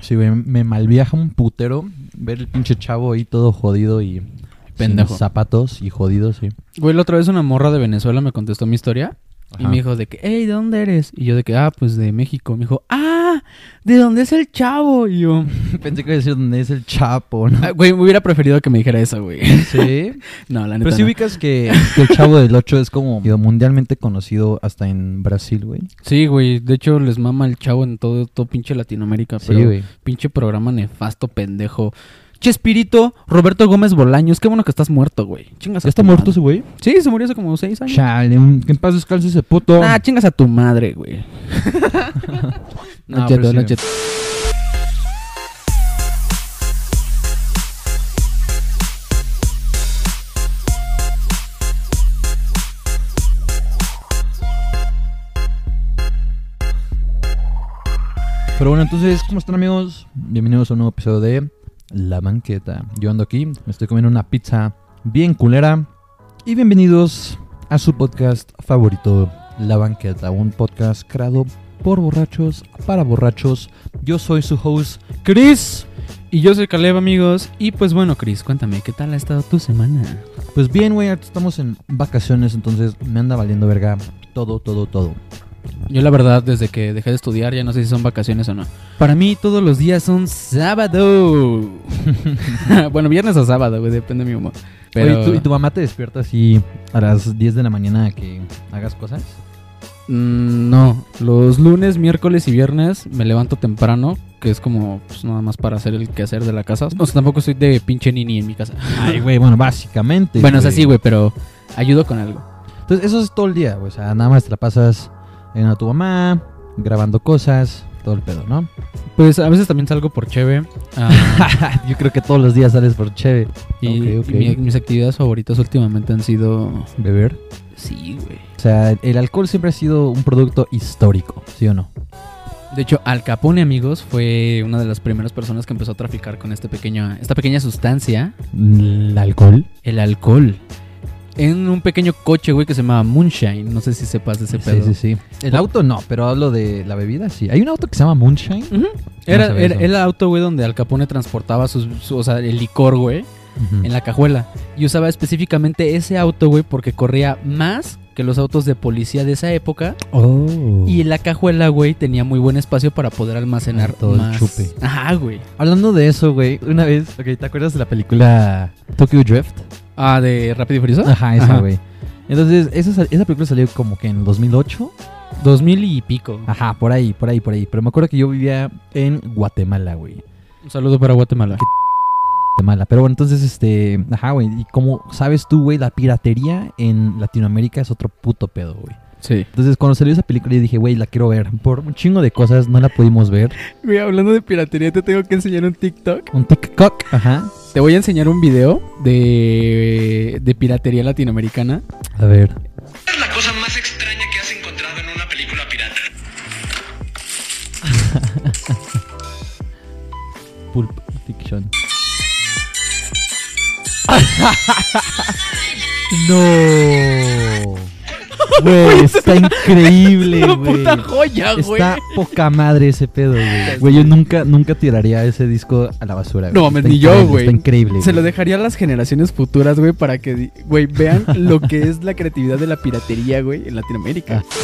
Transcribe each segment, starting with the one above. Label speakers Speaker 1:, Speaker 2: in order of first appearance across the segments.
Speaker 1: Sí, güey, me malviaja un putero ver el pinche chavo ahí todo jodido y
Speaker 2: Pendejo.
Speaker 1: sin zapatos y jodido, sí.
Speaker 2: Güey, la otra vez una morra de Venezuela me contestó mi historia. Y
Speaker 1: Ajá.
Speaker 2: me dijo de que, hey, ¿de dónde eres? Y yo de que, ah, pues de México. Me dijo, ah, ¿de dónde es el chavo? Y yo,
Speaker 1: Pensé que iba a decir dónde es el chapo, ¿no?
Speaker 2: "Ah, güey, me hubiera preferido que me dijera eso, güey.
Speaker 1: Sí.
Speaker 2: No, la neta.
Speaker 1: Pero si
Speaker 2: no.
Speaker 1: ubicas que, que el chavo del 8 es como mundialmente conocido hasta en Brasil, güey.
Speaker 2: Sí, güey. De hecho, les mama el chavo en todo, todo pinche Latinoamérica.
Speaker 1: Sí,
Speaker 2: pero
Speaker 1: güey.
Speaker 2: Pinche programa nefasto, pendejo. Chespirito, Roberto Gómez Bolaños. Qué bueno que estás muerto, güey. Chingas a
Speaker 1: ¿Ya está
Speaker 2: tu
Speaker 1: muerto
Speaker 2: madre.
Speaker 1: ese güey?
Speaker 2: Sí, se murió hace como seis años.
Speaker 1: Chale, un- que en paz descanse ese puto.
Speaker 2: Ah, chingas a tu madre, güey. no,
Speaker 1: No,
Speaker 2: cheto,
Speaker 1: pero sí.
Speaker 2: no, cheto.
Speaker 1: Pero bueno, entonces, ¿cómo están amigos? Bienvenidos a un nuevo episodio de La Banqueta. Yo ando aquí, me estoy comiendo una pizza bien culera. Y bienvenidos a su podcast favorito, La Banqueta, un podcast creado por borrachos, para borrachos. Yo soy su host, Chris.
Speaker 2: Y yo soy Caleb, amigos. Y pues bueno, Chris, cuéntame, ¿qué tal ha estado tu semana?
Speaker 1: Pues bien, güey, ahorita estamos en vacaciones, entonces me anda valiendo verga todo, todo, todo.
Speaker 2: Yo la verdad, desde que dejé de estudiar, ya no sé si son vacaciones o no. Para mí, todos los días son sábado. bueno, viernes o sábado, güey, depende de mi humor. Pero...
Speaker 1: Oye, ¿tú- ¿y tu mamá te despierta así a las 10 de la mañana a que hagas cosas?
Speaker 2: Mm, No, los lunes, miércoles y viernes me levanto temprano, que es como pues, nada más para hacer el quehacer de la casa. O sea, tampoco soy de pinche nini en mi casa.
Speaker 1: Ay, güey, bueno, básicamente.
Speaker 2: bueno, es así, güey, pero ayudo con algo.
Speaker 1: Entonces, eso es todo el día, güey. O sea, nada más te la pasas en a tu mamá, grabando cosas, todo el pedo, ¿no?
Speaker 2: Pues a veces también salgo por cheve. ah,
Speaker 1: Yo creo que todos los días sales por cheve.
Speaker 2: y
Speaker 1: Ok, ok.
Speaker 2: y mi- mis actividades favoritas últimamente han sido...
Speaker 1: Beber.
Speaker 2: Sí, güey.
Speaker 1: O sea, el alcohol siempre ha sido un producto histórico, ¿sí o no?
Speaker 2: De hecho, Al Capone, amigos, fue una de las primeras personas que empezó a traficar con este pequeño, esta pequeña sustancia
Speaker 1: ¿El alcohol?
Speaker 2: el alcohol. En un pequeño coche, güey, que se llamaba Moonshine. No sé si sepas de ese
Speaker 1: Sí,
Speaker 2: pedo.
Speaker 1: sí, sí. El
Speaker 2: O-
Speaker 1: auto no, pero hablo de la bebida, sí. Hay un auto que se llama Moonshine.
Speaker 2: Ujú.
Speaker 1: No
Speaker 2: Era,
Speaker 1: sabía
Speaker 2: era-
Speaker 1: eso.
Speaker 2: era el auto, güey, donde Al Capone transportaba sus, su- o sea, el licor, güey,
Speaker 1: Mm.
Speaker 2: en la cajuela. Y usaba específicamente ese auto, güey, porque corría más que los autos de policía de esa época.
Speaker 1: Oh.
Speaker 2: Y la cajuela, güey, tenía muy buen espacio para poder almacenar
Speaker 1: Ah, todo el
Speaker 2: más.
Speaker 1: chupe.
Speaker 2: Ajá, güey.
Speaker 1: Hablando de eso, güey, una vez, ok, ¿te acuerdas de la película Tokyo Drift?
Speaker 2: Ah, de Rápido y Furioso.
Speaker 1: Ajá, esa,
Speaker 2: Ajá.
Speaker 1: güey. Entonces, esa, sal- esa película salió como que en 2008.
Speaker 2: 2000 y pico.
Speaker 1: Ajá, por ahí, por ahí, por ahí. Pero me acuerdo que yo vivía en Guatemala, güey.
Speaker 2: Un saludo para Guatemala.
Speaker 1: Guatemala. Pero bueno, entonces, este. Ajá, güey. Y como sabes tú, güey, la piratería en Latinoamérica es otro puto pedo, güey.
Speaker 2: Sí.
Speaker 1: Entonces, cuando salió esa película, yo dije, güey, la quiero ver. Por un chingo de cosas no la pudimos ver.
Speaker 2: Güey, hablando de piratería, te tengo que enseñar un TikTok.
Speaker 1: Un TikTok. Ajá.
Speaker 2: Te voy a enseñar un video de, de piratería latinoamericana.
Speaker 1: A ver.
Speaker 3: es la cosa más extraña que has encontrado en una película pirata?
Speaker 1: Pulp Fiction. no. Güey, está increíble,
Speaker 2: Una
Speaker 1: güey.
Speaker 2: puta joya, Ah, güey.
Speaker 1: Está poca madre ese pedo, güey. Güey, yo nunca, nunca tiraría ese disco a la basura. güey.
Speaker 2: No mames,
Speaker 1: Está
Speaker 2: ni yo,
Speaker 1: increíble,
Speaker 2: güey.
Speaker 1: Está increíble.
Speaker 2: Se lo
Speaker 1: güey.
Speaker 2: dejaría a las generaciones futuras, güey, para que, di- güey, vean lo que es la creatividad de la piratería, güey, en Latinoamérica.
Speaker 1: Ah.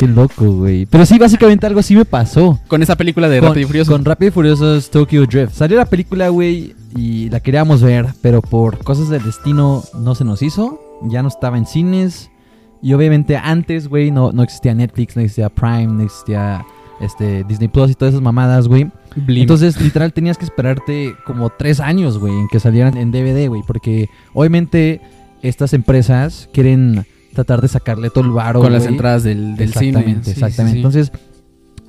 Speaker 1: Qué loco, güey. Pero sí, básicamente algo así me pasó.
Speaker 2: Con esa película de Rápido y Furioso.
Speaker 1: con Rápido y Furiosos Tokyo Drift. Salió la película, güey, y la queríamos ver, pero por cosas del destino no se nos hizo. Ya no estaba en cines. Y obviamente antes, güey, no, no existía Netflix, no existía Prime, no existía este, Disney Plus y todas esas mamadas, güey.
Speaker 2: Blim.
Speaker 1: Entonces, literal, tenías que esperarte como tres años, güey, en que salieran en DVD, güey. Porque obviamente estas empresas quieren tratar de sacarle todo el varo,
Speaker 2: con las
Speaker 1: güey.
Speaker 2: entradas del, del
Speaker 1: exactamente,
Speaker 2: cine. Sí, sí,
Speaker 1: exactamente.
Speaker 2: sí.
Speaker 1: Entonces,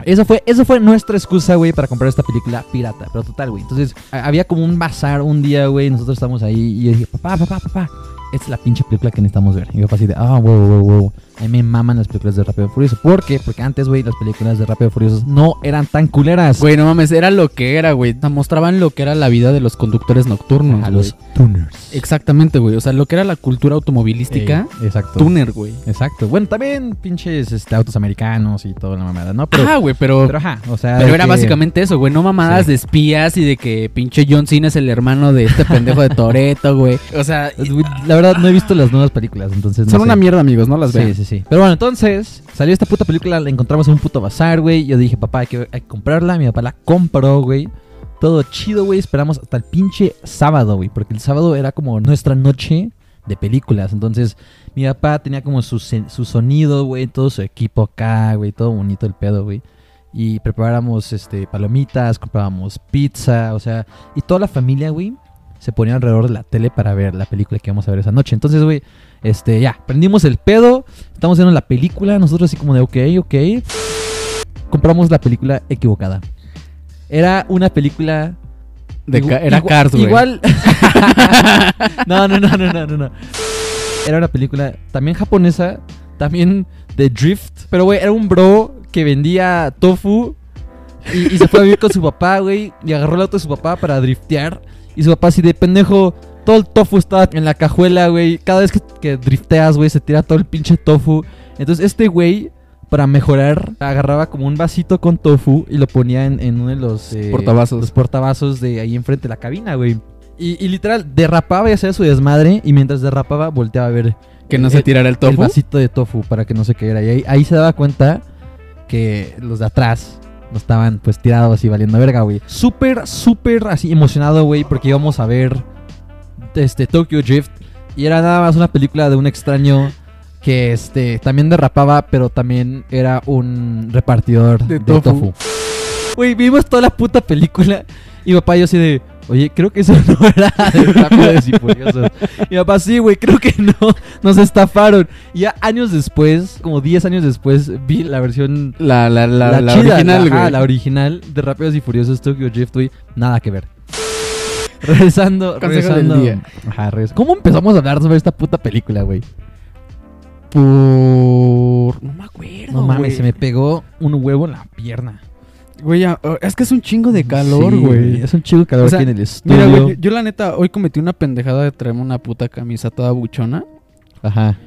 Speaker 1: esa fue, esa fue nuestra excusa, güey, para comprar esta película pirata. Pero total, güey. Entonces, a- había como un bazar un día, güey. Nosotros estábamos ahí y yo dije, papá, papá, papá. Esta es la pinche película que necesitamos ver. Y mi papá así de, ah, wow, wow, wow. A mí me maman las películas de Rápido y Furioso. ¿Por qué? Porque antes, güey, las películas de Rápido y Furioso no eran tan culeras.
Speaker 2: Güey, no mames, era lo que era, güey. Nos mostraban lo que era la vida de los conductores nocturnos.
Speaker 1: a
Speaker 2: güey.
Speaker 1: los tuners.
Speaker 2: Exactamente, güey. O sea, lo que era la cultura automovilística.
Speaker 1: Ey, exacto.
Speaker 2: Tuner, güey.
Speaker 1: Exacto. Bueno, también pinches este, autos americanos y toda la mamada, ¿no? Pero,
Speaker 2: Ajá, güey,
Speaker 1: pero
Speaker 2: pero, pero,
Speaker 1: ajá, o sea. de
Speaker 2: era
Speaker 1: que-
Speaker 2: básicamente eso, güey. No mamadas
Speaker 1: Sí.
Speaker 2: de espías y de que pinche John Cena es el hermano de este pendejo de Toreto, güey. O sea, y-
Speaker 1: Güey, La verdad, no he visto las nuevas películas, entonces no
Speaker 2: son
Speaker 1: sé.
Speaker 2: una mierda, amigos, no las
Speaker 1: Sí,
Speaker 2: vean.
Speaker 1: sí, sí. Pero bueno, entonces salió esta puta película, la encontramos en un puto bazar, güey. Yo dije, papá, hay que, hay que comprarla. Mi papá la compró, güey. Todo chido, güey. Esperamos hasta el pinche sábado, güey. Porque el sábado era como nuestra noche de películas. Entonces, mi papá tenía como su, se- su sonido, güey. Todo su equipo acá, güey. Todo bonito el pedo, güey. Y preparáramos este, palomitas, comprábamos pizza, o sea. Y toda la familia, güey, se ponía alrededor de la tele para ver la película que íbamos a ver esa noche. Entonces, güey, este, ya, prendimos el pedo, estamos viendo la película, nosotros así como de, ok, ok. Compramos la película equivocada. Era una película...
Speaker 2: De
Speaker 1: igu-
Speaker 2: ca- era
Speaker 1: igu-
Speaker 2: Cars, güey.
Speaker 1: Igual... no, no, no, no, no, no, no. Era una película también japonesa, también de Drift, pero, güey, era un bro que vendía tofu y, y se fue a vivir con su papá, güey, y agarró el auto de su papá para driftear. Y su papá así de pendejo, todo el tofu está en la cajuela, güey. Cada vez que, que drifteas, güey, se tira todo el pinche tofu. Entonces este güey, para mejorar, agarraba como un vasito con tofu y lo ponía en, en uno de los... eh,
Speaker 2: Portavasos.
Speaker 1: Los portavasos de ahí enfrente de la cabina, güey. Y, y literal, derrapaba y hacía su desmadre. Y mientras derrapaba, volteaba a ver
Speaker 2: Que no se
Speaker 1: el-
Speaker 2: tirara el
Speaker 1: el
Speaker 2: topo.
Speaker 1: vasito de tofu para que no se cayera. Y ahí, ahí se daba cuenta que los de atrás no estaban pues tirados así valiendo verga, güey. Súper, súper así emocionado, güey, porque íbamos a ver este Tokyo Drift. Y era nada más una película de un extraño que este también derrapaba, pero también era un repartidor de,
Speaker 2: De
Speaker 1: tofu.
Speaker 2: tofu.
Speaker 1: Güey, vimos toda la puta película y papá y yo así de, oye, creo que eso no era de Rápidos y Furiosos. Y mi papá, sí, güey, creo que no, nos estafaron. Y ya años después, como 10 años después, vi la versión...
Speaker 2: La, la, la, la,
Speaker 1: chida,
Speaker 2: original,
Speaker 1: ajá,
Speaker 2: güey.
Speaker 1: la original de Rápidos y Furiosos Tokyo Drift, güey, nada que ver. Regresando,
Speaker 2: Consejo del
Speaker 1: regresando.
Speaker 2: día.
Speaker 1: Ajá, regres- ¿Cómo empezamos a hablar sobre esta puta película, güey?
Speaker 2: Por... No me acuerdo,
Speaker 1: No mames,
Speaker 2: güey.
Speaker 1: se me pegó un huevo en la pierna.
Speaker 2: Güey, ah, ah, es que es un chingo de calor,
Speaker 1: Sí,
Speaker 2: güey.
Speaker 1: Es un chico calor
Speaker 2: O sea,
Speaker 1: aquí en el estudio.
Speaker 2: Mira, güey, yo, yo la neta, hoy cometí una pendejada de traerme una puta camisa toda buchona.
Speaker 1: Ajá.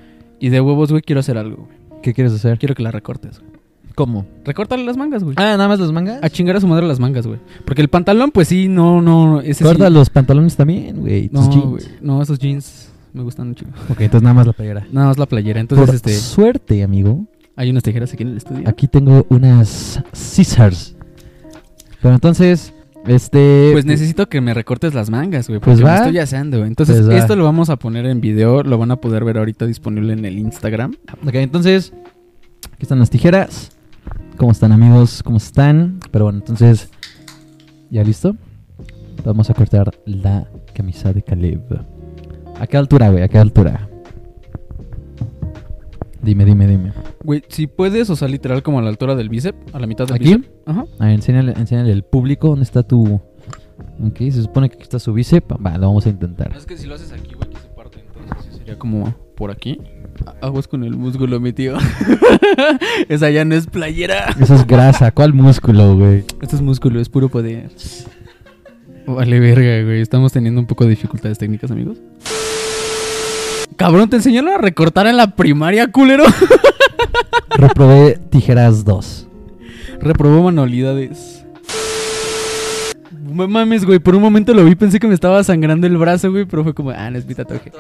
Speaker 2: Y de huevos, güey, quiero hacer algo, güey.
Speaker 1: ¿Qué quieres hacer?
Speaker 2: Quiero que la recortes, güey.
Speaker 1: ¿Cómo?
Speaker 2: Recórtale las mangas, güey.
Speaker 1: Ah, nada más las mangas.
Speaker 2: A chingar a su madre las mangas, güey. Porque el pantalón, pues sí, no, no, ese
Speaker 1: Corta
Speaker 2: sí.
Speaker 1: los pantalones también, güey. tus
Speaker 2: No,
Speaker 1: jeans.
Speaker 2: güey, no, esos jeans me gustan un chingo.
Speaker 1: Ok, entonces nada más la playera.
Speaker 2: Nada más la playera. Entonces,
Speaker 1: Por
Speaker 2: este,
Speaker 1: suerte, amigo,
Speaker 2: hay unas tijeras aquí en el estudio.
Speaker 1: aquí tengo unas scissors. Pero entonces, este...
Speaker 2: Pues necesito que me recortes las mangas, güey.
Speaker 1: Pues
Speaker 2: Porque
Speaker 1: va.
Speaker 2: me estoy asando. Entonces,
Speaker 1: Pues va.
Speaker 2: esto lo vamos a poner en video. Lo van a poder ver ahorita disponible en el Instagram.
Speaker 1: Ok, entonces, aquí están las tijeras. ¿Cómo están, amigos? ¿Cómo están? Pero bueno, entonces, ¿ya listo? Vamos a cortar la camisa de Caleb. ¿A qué altura, güey? ¿A qué altura? Dime, dime, dime.
Speaker 2: Güey, si puedes, o sea, literal como a la altura del bíceps, a la mitad del
Speaker 1: ¿Aquí?
Speaker 2: bíceps. Ajá.
Speaker 1: A ver, enséñale, enséñale al público dónde está tu... Ok, se supone que aquí está su bíceps. Va, lo vamos a intentar.
Speaker 2: Es que si lo haces aquí, güey, que se parte, entonces sí sería como por aquí. Aguas con el músculo, mi tío. Esa ya no es playera.
Speaker 1: Eso es grasa. ¿Cuál músculo, güey?
Speaker 2: Esto es músculo, es puro poder. Vale, verga, güey. Estamos teniendo un poco de dificultades técnicas, amigos. Cabrón, te enseñaron a recortar en la primaria, culero.
Speaker 1: Reprobé tijeras 2.
Speaker 2: Reprobó manualidades. No mames, güey. Por un momento lo vi, pensé que me estaba sangrando el brazo, güey. Pero fue como, ah, no es mi tatuaje.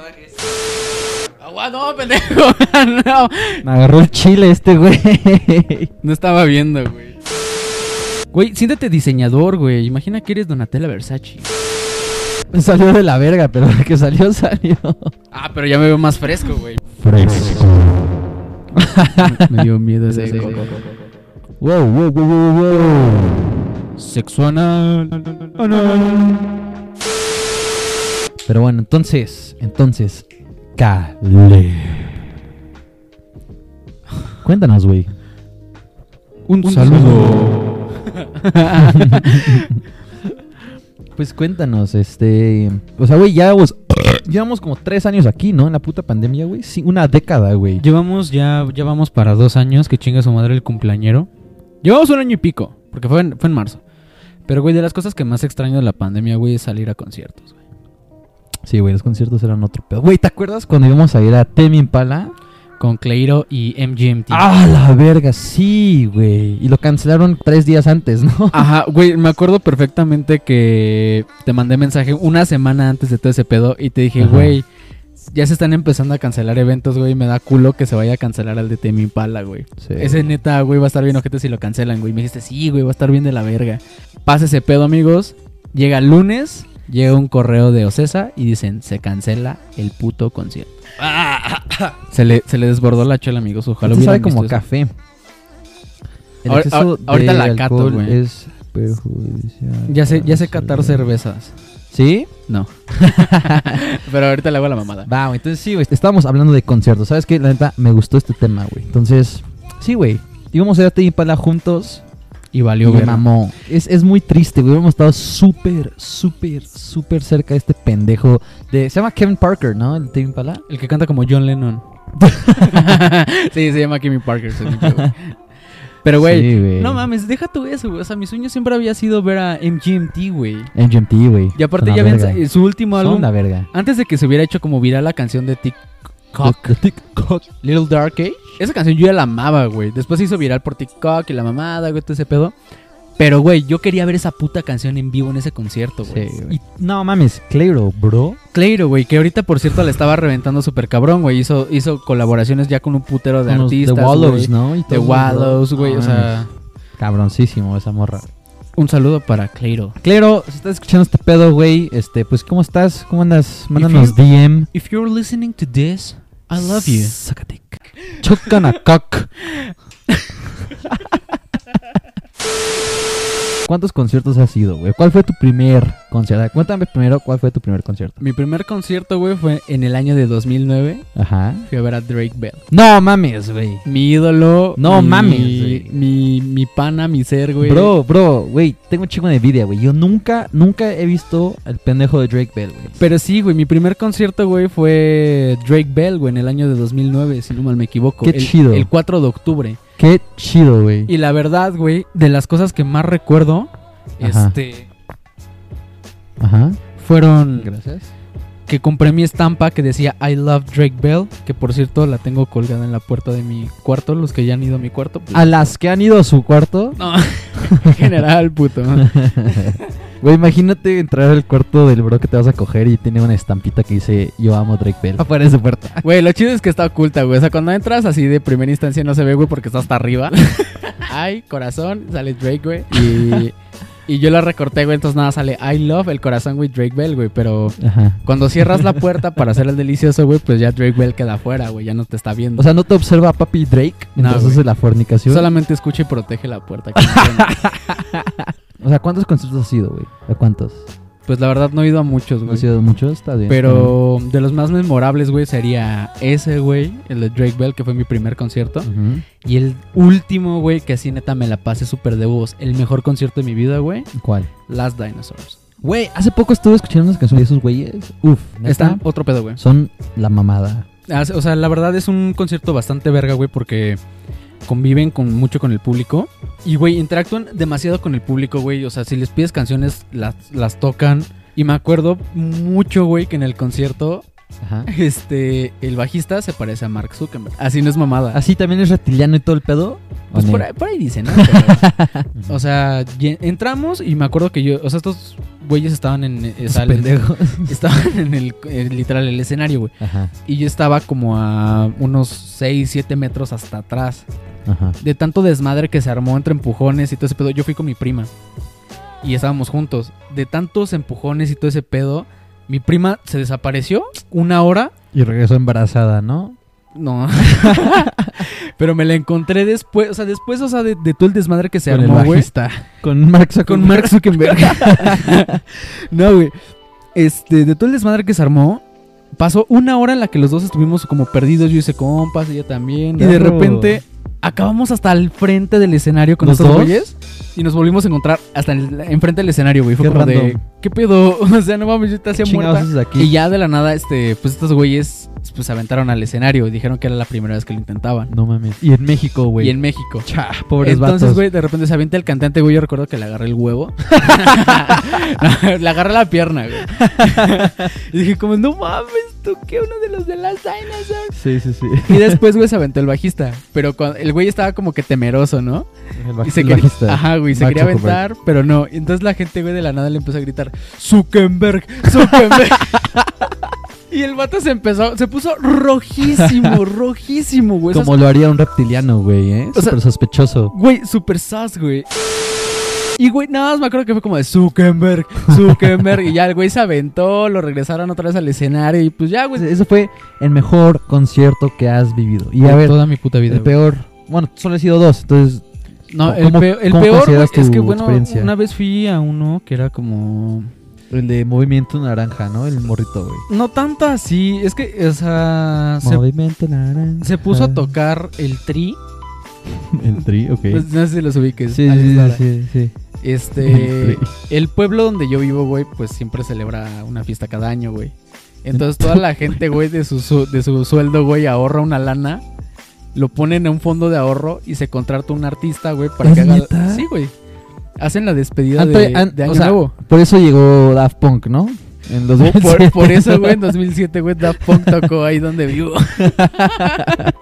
Speaker 2: Agua, no, pendejo. no.
Speaker 1: Me agarró el chile este, güey.
Speaker 2: No estaba viendo, güey. Güey, siéntate diseñador, güey. Imagina que eres Donatella Versace.
Speaker 1: Salió de la verga, pero el que salió, salió.
Speaker 2: Ah, pero ya me veo más fresco, güey.
Speaker 1: Fresco.
Speaker 2: me dio miedo ese
Speaker 1: wow, wow, wow, wow, wow.
Speaker 2: Sexual.
Speaker 1: Pero bueno, entonces, entonces, Cale. Cuéntanos, güey.
Speaker 2: Un,
Speaker 1: saludo. pues cuéntanos, este. O sea, güey, ya vos. Llevamos como tres años aquí, ¿no? En la puta pandemia, güey. Sí, una década, güey.
Speaker 2: Llevamos ya, ya vamos para dos años que chinga su madre el cumpleañero. Llevamos un año y pico, porque fue en, fue en marzo. Pero, güey, de las cosas que más extraño de la pandemia, güey, es salir a conciertos, güey.
Speaker 1: Sí, güey, los conciertos eran otro pedo. Güey, ¿te acuerdas cuando íbamos a ir a Temi Impala?
Speaker 2: Con Cleiro y MGMT.
Speaker 1: ¡Ah, la verga! Sí, güey. Y lo cancelaron tres días antes, ¿no?
Speaker 2: Ajá, güey, me acuerdo perfectamente que te mandé mensaje una semana antes de todo ese pedo y te dije,
Speaker 1: Ajá.
Speaker 2: güey, ya se están empezando a cancelar eventos, güey, me da culo que se vaya a cancelar al de Temi Impala, güey.
Speaker 1: Sí.
Speaker 2: Ese neta, güey, va a estar bien ojete si lo cancelan, güey. Me dijiste, sí, güey, va a estar bien de la verga. Pasa ese pedo, amigos. Llega el lunes, llega un correo de Ocesa y dicen, se cancela el puto concierto. Se le, se le desbordó la chela, amigos. Ojalá
Speaker 1: Esto
Speaker 2: hubieran
Speaker 1: Ah. sabe como
Speaker 2: visto eso.
Speaker 1: café.
Speaker 2: Ahor-
Speaker 1: exceso
Speaker 2: ahor- ahorita
Speaker 1: de
Speaker 2: la cato,
Speaker 1: alcohol
Speaker 2: güey.
Speaker 1: Es perjudicial.
Speaker 2: Ya sé, ya sé
Speaker 1: para
Speaker 2: catar
Speaker 1: la salud.
Speaker 2: cervezas.
Speaker 1: ¿Sí?
Speaker 2: No. Pero ahorita le hago la mamada.
Speaker 1: Va, güey, entonces sí, güey. Estábamos hablando de conciertos. ¿Sabes qué? La neta, me gustó este tema, güey. Entonces, sí, güey. Íbamos a ir a Temi Impala juntos.
Speaker 2: Y
Speaker 1: Y
Speaker 2: valió,
Speaker 1: me
Speaker 2: güey.
Speaker 1: mamó. Es, es muy triste, güey. Hemos estado súper, súper, súper cerca de este pendejo. De, se llama Kevin Parker, ¿no? El Temi Impala.
Speaker 2: El que canta como John Lennon. sí, se llama Kimmy Parker. según yo, güey. Pero, güey,
Speaker 1: Sí, güey.
Speaker 2: no mames, deja tú eso, güey. O sea, mi sueño siempre había sido ver a MGMT, güey.
Speaker 1: MGMT, güey.
Speaker 2: Y aparte
Speaker 1: Son
Speaker 2: ya
Speaker 1: la
Speaker 2: ven
Speaker 1: verga.
Speaker 2: su último
Speaker 1: Son
Speaker 2: álbum.
Speaker 1: la verga.
Speaker 2: Antes de que se hubiera hecho como viral la canción de TikTok.
Speaker 1: TikTok.
Speaker 2: Little Dark Age. Esa canción yo ya la amaba, güey. Después se hizo viral por TikTok y la mamada, güey, todo ese pedo. Pero, güey, yo quería ver esa puta canción en vivo en ese concierto, güey.
Speaker 1: Sí, güey. Y- no mames, Clairo, bro.
Speaker 2: Clairo, güey, que ahorita, por cierto, la estaba reventando súper cabrón, güey. Hizo, hizo colaboraciones ya con un putero de
Speaker 1: Con los
Speaker 2: artistas,
Speaker 1: The
Speaker 2: güey.
Speaker 1: Wallows, ¿no? Y
Speaker 2: The
Speaker 1: todo,
Speaker 2: Wallows,
Speaker 1: bro.
Speaker 2: güey.
Speaker 1: No
Speaker 2: o sea,
Speaker 1: mames, Cabroncísimo esa morra.
Speaker 2: un saludo para Clairo.
Speaker 1: Clairo, si estás escuchando este pedo, güey, este, pues, ¿cómo estás? ¿Cómo andas?
Speaker 2: you-
Speaker 1: Mándanos DM.
Speaker 2: If you're listening to this, I love you.
Speaker 1: Sácate. Chocan a cock. ¿Cuántos conciertos has ido, güey? ¿Cuál fue tu primer concierto? Cuéntame primero cuál fue tu primer concierto.
Speaker 2: Mi primer concierto, güey, fue en el año de 2009.
Speaker 1: Ajá.
Speaker 2: Fui a ver a Drake Bell.
Speaker 1: No mames, güey.
Speaker 2: Mi ídolo.
Speaker 1: No
Speaker 2: mi-
Speaker 1: mames, güey.
Speaker 2: Mi, mi pana, mi ser, güey.
Speaker 1: Bro, bro, güey, tengo un chingo de envidia, güey. Yo nunca, nunca he visto al pendejo de Drake Bell, güey.
Speaker 2: Pero sí, güey, mi primer concierto, güey, fue Drake Bell, güey, en el año de 2009, si no mal me equivoco.
Speaker 1: Qué
Speaker 2: el,
Speaker 1: chido.
Speaker 2: El 4 de octubre.
Speaker 1: Qué chido, güey.
Speaker 2: Y la verdad, güey, de las cosas que más recuerdo,
Speaker 1: Ajá.
Speaker 2: este,
Speaker 1: Ajá.
Speaker 2: fueron
Speaker 1: Gracias.
Speaker 2: que compré mi estampa que decía I love Drake Bell, que por cierto la tengo colgada en la puerta de mi cuarto, los que ya han ido a mi cuarto. pues-
Speaker 1: A las que han ido a su cuarto.
Speaker 2: No, en general, puto.
Speaker 1: Güey, imagínate entrar al cuarto del bro que te vas a coger y tiene una estampita que dice Yo amo a Drake Bell. Afuera de su puerta.
Speaker 2: Güey, lo chido es que está oculta, güey. O sea, cuando entras así de primera instancia no se ve, güey, porque está hasta arriba. Ay, corazón, sale Drake, güey. Y, y yo la recorté, güey, entonces nada, sale I love el corazón, güey, Drake Bell, güey. Pero
Speaker 1: Ajá.
Speaker 2: cuando cierras la puerta para hacer el delicioso, güey, pues ya Drake Bell queda afuera, güey. Ya no te está viendo.
Speaker 1: O sea, no te observa papi Drake
Speaker 2: No,
Speaker 1: mientras
Speaker 2: güey.
Speaker 1: hace la fornicación.
Speaker 2: Solamente escucha y protege la puerta. que no tiene.
Speaker 1: O sea, ¿cuántos conciertos has ido, güey? ¿A cuántos?
Speaker 2: pues la verdad no he ido a muchos,
Speaker 1: ¿No has
Speaker 2: güey.
Speaker 1: ido a muchos? Está bien.
Speaker 2: Pero de los más memorables, güey, sería ese, güey, el de Drake Bell, que fue mi primer concierto.
Speaker 1: Ujú.
Speaker 2: Y el último, güey, que así neta me la pasé súper de voz. El mejor concierto de mi vida, güey.
Speaker 1: ¿Cuál?
Speaker 2: Last Dinosaurs.
Speaker 1: Güey, hace poco estuve escuchando unas canciones de esos güeyes. Uf, neta,
Speaker 2: Está otro pedo, güey.
Speaker 1: Son la mamada.
Speaker 2: Ah, O sea, la verdad es un concierto bastante verga, güey, porque conviven con, mucho con el público. Y, güey, interactúan demasiado con el público, güey. O sea, si les pides canciones, las, las tocan. Y me acuerdo mucho, güey, que en el concierto,
Speaker 1: Ajá.
Speaker 2: este, el bajista se parece a Mark Zuckerberg. Así no es mamada.
Speaker 1: Así ¿Ah, también es reptiliano y todo el pedo.
Speaker 2: Pues
Speaker 1: ¿O
Speaker 2: por
Speaker 1: no?
Speaker 2: ahí, por ahí dicen, ¿no? Pero, o sea, ye- entramos y me acuerdo que yo, o sea, estos güeyes estaban en, eh,
Speaker 1: Esos
Speaker 2: sal-
Speaker 1: pendejos.
Speaker 2: estaban en el, en literal el escenario, güey.
Speaker 1: Ajá,
Speaker 2: Y yo estaba como a unos 6, 7 metros hasta atrás.
Speaker 1: ajá.
Speaker 2: De tanto desmadre que se armó entre empujones y todo ese pedo, yo fui con mi prima. Y estábamos juntos. De tantos empujones y todo ese pedo, mi prima se desapareció una hora
Speaker 1: Y regresó embarazada, ¿no?
Speaker 2: no. Pero me la encontré después, o sea, después, o sea, de, de todo el desmadre que se
Speaker 1: Con el
Speaker 2: armó, güey.
Speaker 1: bajista. Con Mark Zuckerberg.
Speaker 2: Con Mark Zuckerberg. no, güey. Este, de todo el desmadre que se armó, pasó una hora en la que los dos estuvimos como perdidos. Yo hice compas, ella también. Y de
Speaker 1: Claro.
Speaker 2: repente acabamos hasta el frente del escenario con
Speaker 1: ¿Los
Speaker 2: estos
Speaker 1: dos?
Speaker 2: güeyes y nos volvimos a encontrar hasta en el- enfrente del escenario, güey. Fue
Speaker 1: Qué
Speaker 2: como de,
Speaker 1: random.
Speaker 2: ¿qué pedo? O sea, no mames, yo te hacía
Speaker 1: Chingados
Speaker 2: muerta.
Speaker 1: haces aquí.
Speaker 2: Y ya de la nada, este, pues estos güeyes pues se aventaron al escenario y dijeron que era la primera vez que lo intentaban.
Speaker 1: No mames. Y en México, güey.
Speaker 2: Y en México.
Speaker 1: Cha, pobres
Speaker 2: Entonces,
Speaker 1: vatos.
Speaker 2: güey, de repente se avienta el cantante, güey. Yo recuerdo que le agarré el huevo. le agarré la pierna, güey. y dije, como, no mames, tú que uno de los de las Dinosaurs.
Speaker 1: Sí, sí, sí.
Speaker 2: Y después, güey, se aventó el bajista. Pero cuando- el güey estaba como que temeroso, ¿no?
Speaker 1: El, baj-
Speaker 2: y se
Speaker 1: el
Speaker 2: quería,
Speaker 1: bajista.
Speaker 2: Ajá, güey, se
Speaker 1: Mark
Speaker 2: quería
Speaker 1: Zuckerberg.
Speaker 2: aventar, pero no. Y Entonces la gente, güey, de la nada le empezó a gritar, Zuckerberg, Zuckerberg. y el vato se empezó, se puso rojísimo, rojísimo, güey. pues, Esas-
Speaker 1: Como lo haría un reptiliano, güey, ¿eh?
Speaker 2: O sea-
Speaker 1: Súper sospechoso.
Speaker 2: Güey, super sas, güey. Y güey, nada más me acuerdo que fue como de Zuckerberg, Zuckerberg. y ya el güey se aventó, lo regresaron otra vez al escenario y pues ya, güey.
Speaker 1: Ese fue el mejor concierto que has vivido. Y a ver,
Speaker 2: toda mi puta vida.
Speaker 1: el peor. Bueno, solo he sido dos, entonces.
Speaker 2: No, el
Speaker 1: ¿Cómo-
Speaker 2: peor, el
Speaker 1: cómo
Speaker 2: peor
Speaker 1: consideras
Speaker 2: güey, es
Speaker 1: tu
Speaker 2: que, bueno,
Speaker 1: experiencia?
Speaker 2: una vez fui a uno que era como...
Speaker 1: El de Movimiento Naranja, ¿no? El morrito, güey.
Speaker 2: No tanto así, es que, o sea, se,
Speaker 1: Movimiento Naranja.
Speaker 2: se puso a tocar el tri.
Speaker 1: El tri, ok.
Speaker 2: Pues, no sé si los ubiques.
Speaker 1: Sí,
Speaker 2: Alex
Speaker 1: sí, sí,
Speaker 2: Lara.
Speaker 1: sí, sí.
Speaker 2: Este,
Speaker 1: El tri.
Speaker 2: el pueblo donde yo vivo, güey, pues siempre celebra una fiesta cada año, güey. Entonces toda la gente, güey, de su, su- de su sueldo, güey, ahorra una lana, lo ponen a un fondo de ahorro y se contrata un artista, güey, para
Speaker 1: ¿Es
Speaker 2: que haga...
Speaker 1: neta?
Speaker 2: Sí, güey. Hacen la dedida
Speaker 1: Anto-
Speaker 2: de,
Speaker 1: an-
Speaker 2: de
Speaker 1: o
Speaker 2: Año
Speaker 1: sea,
Speaker 2: Nuevo.
Speaker 1: Por eso llegó Daft Punk, ¿no? En los
Speaker 2: Por, por eso, güey, en 2007, güey, Daft Punk tocó ahí donde vivo.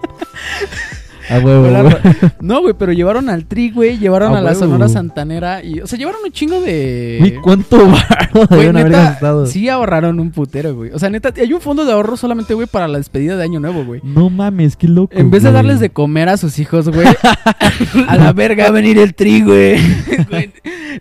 Speaker 1: A huevo,
Speaker 2: Fue la-
Speaker 1: Oh, güey.
Speaker 2: No, güey, pero llevaron al Tri, güey, llevaron
Speaker 1: A
Speaker 2: a, la
Speaker 1: huevo.
Speaker 2: Sonora Santanera y, o sea, llevaron un chingo de...
Speaker 1: Güey, ¿Cuánto barro
Speaker 2: Güey,
Speaker 1: debieron haber
Speaker 2: neta,
Speaker 1: gastado?
Speaker 2: Sí ahorraron un putero, güey. O sea, neta, hay un fondo de ahorro solamente, güey, para la despedida de Año Nuevo, güey.
Speaker 1: No mames, qué loco.
Speaker 2: En vez de
Speaker 1: güey.
Speaker 2: darles de comer a sus hijos, güey, a la verga va a venir el tri, güey. Güey,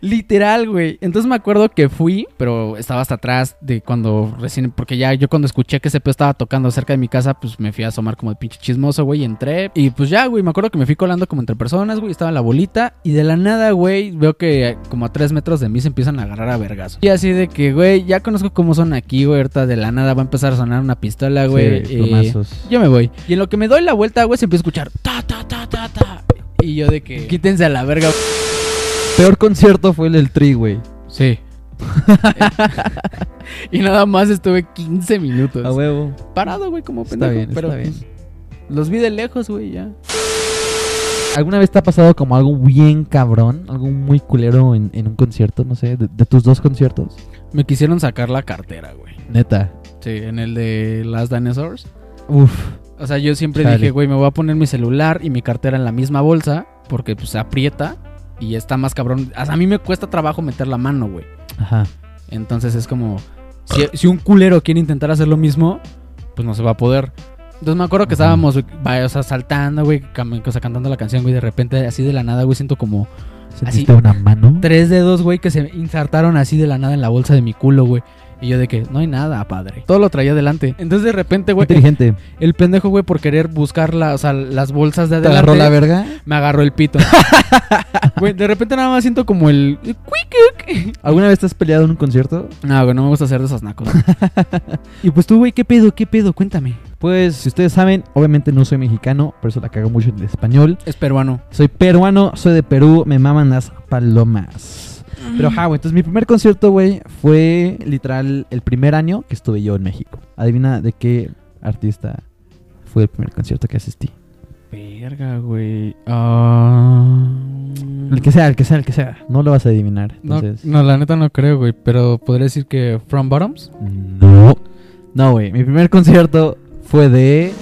Speaker 2: Literal, güey. Entonces me acuerdo que fui, pero estaba hasta atrás de cuando recién, porque ya yo cuando escuché que ese pedo estaba tocando cerca de mi casa, pues me fui a asomar como el pinche chismoso, güey, y entré. Y pues ya, güey, me acuerdo que me fui colando como entre personas, güey, estaba la bolita, y de la nada, güey, veo que como a tres metros de mí se empiezan a agarrar a vergas. Y así de que, güey, ya conozco cómo son aquí, güey, ahorita de la nada va a empezar a sonar una pistola,
Speaker 1: Sí,
Speaker 2: güey. eh,
Speaker 1: plomazos.
Speaker 2: yo me voy. Y en lo que me doy la vuelta, güey, se empieza a escuchar ta, ta, ta, ta, ta. Y yo de que. Quítense a la verga.
Speaker 1: Peor concierto fue el del tri, güey.
Speaker 2: Sí. y nada más estuve 15 minutos.
Speaker 1: A huevo.
Speaker 2: Parado, güey, como
Speaker 1: Está
Speaker 2: Pues, pendejo.
Speaker 1: bien,
Speaker 2: pero pues,
Speaker 1: está bien.
Speaker 2: los vi de lejos, güey, ya.
Speaker 1: ¿Alguna vez te ha pasado como algo bien cabrón? Algo muy culero en, en un concierto, no sé, de, de tus dos conciertos.
Speaker 2: Me quisieron sacar la cartera, güey.
Speaker 1: Neta.
Speaker 2: Sí, en el de Last Dinosaurs.
Speaker 1: Uf.
Speaker 2: O sea, yo siempre
Speaker 1: Chale.
Speaker 2: dije, güey, me voy a poner mi celular y mi cartera en la misma bolsa. Porque, pues, aprieta y está más cabrón. Hasta a mí me cuesta trabajo meter la mano, güey.
Speaker 1: Ajá.
Speaker 2: Entonces es como, si, si un culero quiere intentar hacer lo mismo, pues no se va a poder. Entonces me acuerdo que
Speaker 1: Ajá.
Speaker 2: estábamos, güey, va- o sea, saltando, güey, cam- o sea, cantando la canción, güey, de repente, así de la nada, güey, siento como
Speaker 1: ¿Sentiste una mano?
Speaker 2: tres dedos, güey, que se insertaron así de la nada en la bolsa de mi culo, güey. Y yo de que, no hay nada, padre. Todo lo traía adelante. Entonces de repente, güey, eh,
Speaker 1: Inteligente.
Speaker 2: el pendejo, güey, por querer buscar la, o sea, las bolsas de
Speaker 1: ¿Te
Speaker 2: adelante.
Speaker 1: agarró la verga?
Speaker 2: me agarró el pito. Güey, de repente nada más siento como el...
Speaker 1: ¿Alguna vez te has peleado en un concierto?
Speaker 2: No, güey, no me gusta hacer de esos nacos. y pues tú, güey, ¿qué pedo? ¿Qué pedo? Cuéntame.
Speaker 1: Pues, si ustedes saben, obviamente no soy mexicano, por eso la cago mucho en el español.
Speaker 2: Es peruano.
Speaker 1: Soy peruano, soy de Perú, me maman las palomas. Pero ja, güey, entonces mi primer concierto, güey, fue literal el primer año que estuve yo en México. Adivina de qué artista fue el primer concierto que asistí.
Speaker 2: Verga, güey. Ah.
Speaker 1: El que sea, el que sea, el que sea. No lo vas a adivinar.
Speaker 2: no,
Speaker 1: Entonces,
Speaker 2: no, la neta no creo, güey. Pero podría decir que From Bottoms.
Speaker 1: no. No, güey, mi primer concierto fue de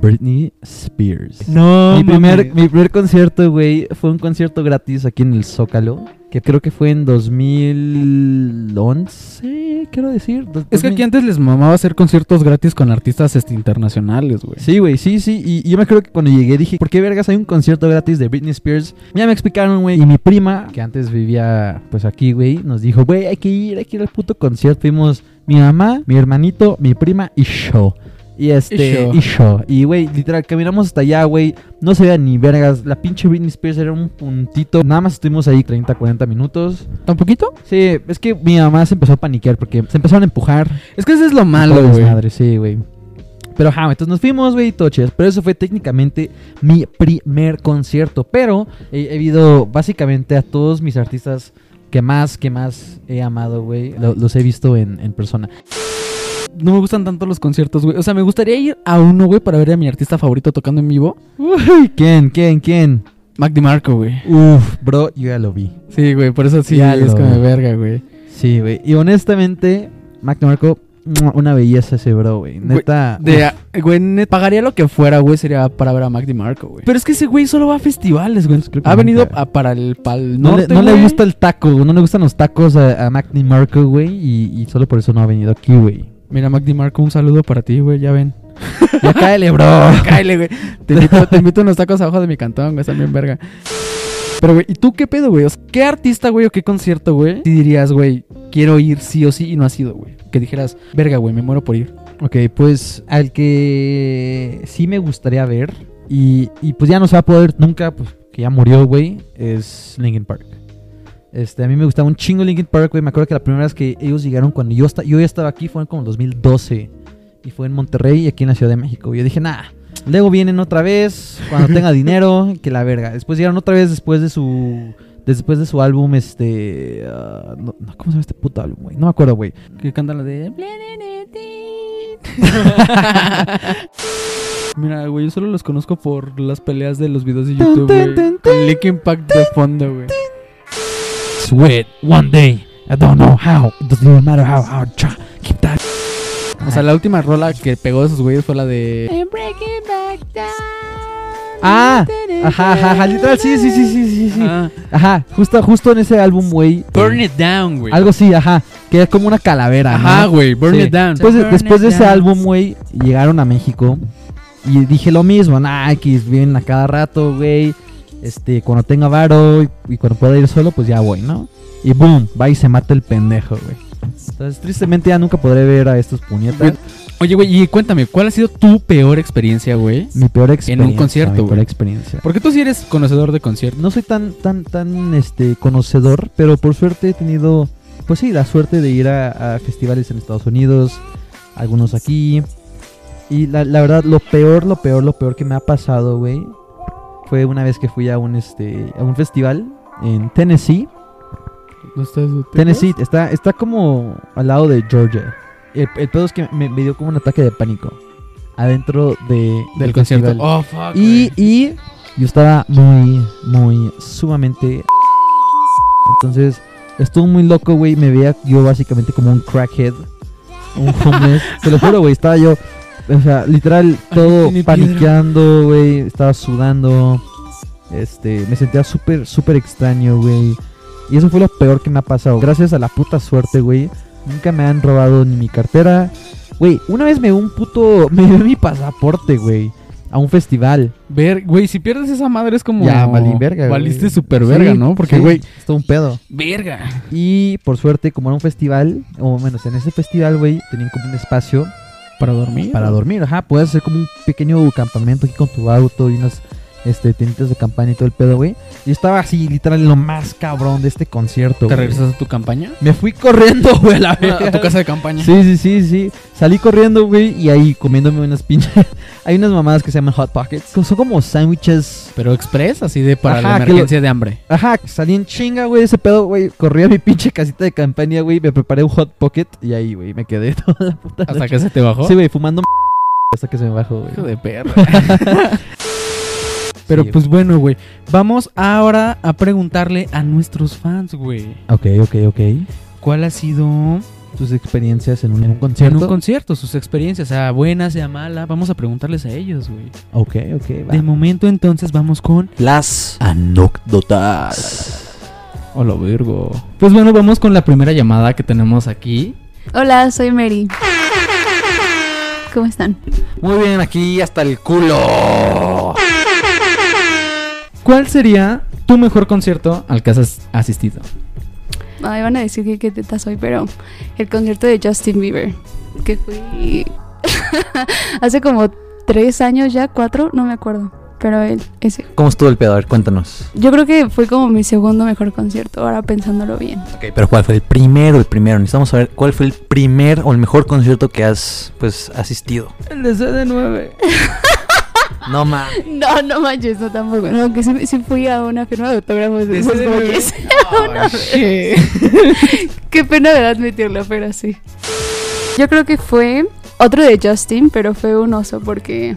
Speaker 1: Britney Spears.
Speaker 2: No,
Speaker 1: mi, primer, mi primer concierto, güey, fue un concierto gratis aquí en el Zócalo, que creo que fue en 2011, quiero decir. dos-
Speaker 2: Es que aquí
Speaker 1: 2000.
Speaker 2: antes les mamaba hacer conciertos gratis con artistas este, internacionales, güey.
Speaker 1: Sí, güey, sí, sí. Y, y yo me acuerdo que cuando llegué dije, ¿por qué vergas hay un concierto gratis de Britney Spears? Ya me explicaron, güey. Y mi prima, que antes vivía pues aquí, güey, nos dijo, güey, hay que ir, hay que ir al puto concierto. Fuimos mi mamá, mi hermanito, mi prima y yo. Y este,
Speaker 2: yo.
Speaker 1: y yo. Y, güey, literal, caminamos hasta allá, güey. No se veía ni vergas. La pinche Britney Spears era un puntito. Nada más estuvimos ahí 30, 40 minutos.
Speaker 2: ¿Tan poquito?
Speaker 1: Sí, es que mi mamá se empezó a paniquear porque se empezaron a empujar.
Speaker 2: Es que eso es lo malo,
Speaker 1: Pobres
Speaker 2: güey.
Speaker 1: madres, sí, güey. Pero ajá, entonces nos fuimos, güey, toches. Pero eso fue técnicamente mi primer concierto. Pero eh, he ido básicamente a todos mis artistas que más, que más he amado, güey. Lo- los he visto en, en persona.
Speaker 2: No me gustan tanto los conciertos, güey. O sea, me gustaría ir a uno, güey, para ver a mi artista favorito tocando en vivo.
Speaker 1: Uy, ¿quién, quién, quién?
Speaker 2: Mac DiMarco, güey.
Speaker 1: Uf, bro, yo ya lo vi.
Speaker 2: Sí, güey, por eso sí
Speaker 1: Ya
Speaker 2: es
Speaker 1: lo-
Speaker 2: como de verga, güey.
Speaker 1: Sí, güey. Y honestamente, Mac DeMarco, mua, una belleza ese bro, güey. Neta.
Speaker 2: De, eh, güey, net- pagaría lo que fuera, güey, sería para ver a Mac DiMarco, güey. Pues Pero es que ese güey solo va a festivales, güey.
Speaker 1: creo que
Speaker 2: Ha venido
Speaker 1: nunca.
Speaker 2: a- para el pal
Speaker 1: No,
Speaker 2: norte,
Speaker 1: le, no le
Speaker 2: güey.
Speaker 1: gusta el taco, no le gustan los tacos a, a Mac DeMarco, güey, y, y solo por eso no ha venido aquí, güey.
Speaker 2: Mira, Mac DiMarco, un saludo para ti, güey, ya ven.
Speaker 1: Ya cáele, bro.
Speaker 2: Ah, Cáele, güey. Te invito, te invito unos tacos abajo de mi cantón, güey, también verga. Pero, güey, ¿y tú qué pedo, güey? O sea, ¿Qué artista, güey, o qué concierto, güey? Te dirías, güey, quiero ir sí o sí y no has ido, güey. Que dijeras, verga, güey, me muero por ir.
Speaker 1: Ok, pues al que sí me gustaría ver, y, y pues ya no se va a poder nunca, pues que ya murió, güey, es Linkin Park. Este, a mí me gustaba un chingo Linkin Park, güey. Me acuerdo que la primera vez que ellos llegaron cuando yo, esta- yo ya estaba aquí fue como en 2012. Y fue en Monterrey y aquí en la Ciudad de México. Yo dije, nah, luego vienen otra vez, cuando tenga dinero, que la verga. Después llegaron otra vez después de su... Después de su álbum, este... ah, no- no, ¿Cómo se llama este puto álbum, güey? No me acuerdo, güey.
Speaker 2: Que cantan la de... Mira, güey, yo solo los conozco por las peleas de los videos de YouTube, güey. Con Linkin Park de fondo, güey.
Speaker 1: Sweat, one day. I don't know how. It doesn't even matter how hard. Try. Keep that.
Speaker 2: O sea, la última rola que pegó de esos güeyes fue la de...
Speaker 1: Ah, ajá, ajá, ajá, literal, sí, sí, sí, sí, sí, sí.
Speaker 2: Ah,
Speaker 1: Ajá, justo, justo en ese álbum, güey. eh,
Speaker 2: Burn It Down, güey.
Speaker 1: Algo así, ajá. Que es como una calavera, ¿no?
Speaker 2: Ajá, güey, Burn
Speaker 1: Sí.
Speaker 2: It Down.
Speaker 1: Después de,
Speaker 2: Burn
Speaker 1: después
Speaker 2: it
Speaker 1: de ese
Speaker 2: down.
Speaker 1: álbum, güey, llegaron a México. Y dije lo mismo, nah, X, vienen a cada rato, güey. Este, cuando tenga varo y, y cuando pueda ir solo, pues ya voy, ¿no? Y boom, va y se mata el pendejo, güey. Entonces, tristemente ya nunca podré ver a estos puñetas.
Speaker 2: Güey, Oye, güey, y cuéntame, ¿cuál ha sido tu peor experiencia, güey?
Speaker 1: Mi peor experiencia.
Speaker 2: concierto,
Speaker 1: Mi peor
Speaker 2: güey.
Speaker 1: experiencia.
Speaker 2: Porque tú sí eres conocedor de conciertos.
Speaker 1: No soy tan, tan, tan este, conocedor, pero por suerte he tenido, pues sí, la suerte de ir a, a festivales en Estados Unidos, algunos aquí. Y la, la verdad, lo peor, lo peor, lo peor que me ha pasado, güey, fue una vez que fui a un, este, a un festival en Tennessee.
Speaker 2: ¿No estás
Speaker 1: Tennessee está, está como al lado de Georgia. El, el pedo es que me, me dio como un ataque de pánico adentro de,
Speaker 2: Del concierto.
Speaker 1: festival.
Speaker 2: Oh, fuck.
Speaker 1: Y,
Speaker 2: güey.
Speaker 1: y yo estaba muy, muy, sumamente. Entonces, estuvo muy loco, güey. Me veía yo básicamente como un crackhead, un homeless. Te lo juro, güey. Estaba yo, o sea, literal, todo
Speaker 2: tiene piedra.
Speaker 1: paniqueando, güey. Estaba sudando. Este, me sentía súper, súper extraño, güey. Y eso fue lo peor que me ha pasado. Gracias a la puta suerte, güey. Nunca me han robado ni mi cartera. Güey, una vez me dio un puto. Me dio mi pasaporte, güey. A un festival.
Speaker 2: Ver, güey, si pierdes esa madre es como.
Speaker 1: Ya, valí verga, güey.
Speaker 2: Valiste super verga,
Speaker 1: Sí,
Speaker 2: ¿no? Porque,
Speaker 1: sí,
Speaker 2: güey.
Speaker 1: es todo un pedo.
Speaker 2: Verga.
Speaker 1: Y por suerte, como era un festival, o menos en ese festival, güey, tenían como un espacio
Speaker 2: ¿Para dormir?
Speaker 1: para dormir. Ajá, puedes hacer como un pequeño campamento aquí con tu auto y unas este, tienditas de campaña y todo el pedo, güey. Y yo estaba así, literal, en lo más cabrón de este concierto.
Speaker 2: ¿Te
Speaker 1: güey.
Speaker 2: regresas a tu campaña?
Speaker 1: Me fui corriendo, güey, a la
Speaker 2: A
Speaker 1: verga.
Speaker 2: tu casa de campaña.
Speaker 1: Sí, sí, sí, sí. Salí corriendo, güey, y ahí comiéndome unas pinches. Hay unas mamadas que se llaman Hot Pockets. Son como sándwiches
Speaker 2: Pero express, así de para la
Speaker 1: Ajá, que lo-
Speaker 2: emergencia de hambre.
Speaker 1: Ajá, salí en chinga, güey, ese pedo, güey. Corrí a mi pinche casita de campaña, güey. Me preparé un hot pocket y ahí, güey, me quedé toda la puta.
Speaker 2: Hasta
Speaker 1: noche.
Speaker 2: que se te bajó.
Speaker 1: Sí, güey, fumando m- hasta que se me bajó, güey.
Speaker 2: Hijo de perra. Pero
Speaker 1: Sí,
Speaker 2: pues bueno, güey. Vamos ahora a preguntarle a nuestros fans, güey.
Speaker 1: Ok, ok, ok.
Speaker 2: ¿Cuál ha sido
Speaker 1: Tus experiencias en un, en un
Speaker 2: en
Speaker 1: concierto.
Speaker 2: un concierto sus experiencias, sea buena, sea mala? Vamos a preguntarles a ellos, güey.
Speaker 1: ok, ok, va.
Speaker 2: De momento entonces vamos con
Speaker 4: Las anécdotas.
Speaker 2: Hola, Virgo. Pues bueno, vamos con la primera llamada que tenemos aquí.
Speaker 5: Hola, soy Mary. ¿Cómo están?
Speaker 4: Muy bien, aquí hasta el culo.
Speaker 2: ¿Cuál sería tu mejor concierto al que has asistido?
Speaker 5: Ay, van a decir que qué teta soy, pero el concierto de Justin Bieber, que fui hace como tres años ya, cuatro, no me acuerdo. pero él, ese.
Speaker 1: ¿Cómo estuvo el pedo? A ver, cuéntanos.
Speaker 5: Yo creo que fue como mi segundo mejor concierto, ahora pensándolo bien.
Speaker 1: Ok, pero ¿cuál fue el primero? El primero. Necesitamos saber cuál fue el primer o el mejor concierto que has, pues, asistido.
Speaker 2: El de CD9.
Speaker 1: No más.
Speaker 5: No, no manches, no tampoco. No, que sí, sí fui a una firma de autógrafos de
Speaker 2: ¿De
Speaker 5: esos
Speaker 2: CD9?
Speaker 5: güeyes.
Speaker 2: Oh, shit.
Speaker 5: Qué pena de admitirlo, pero sí. Yo creo que fue otro de Justin, pero fue un oso porque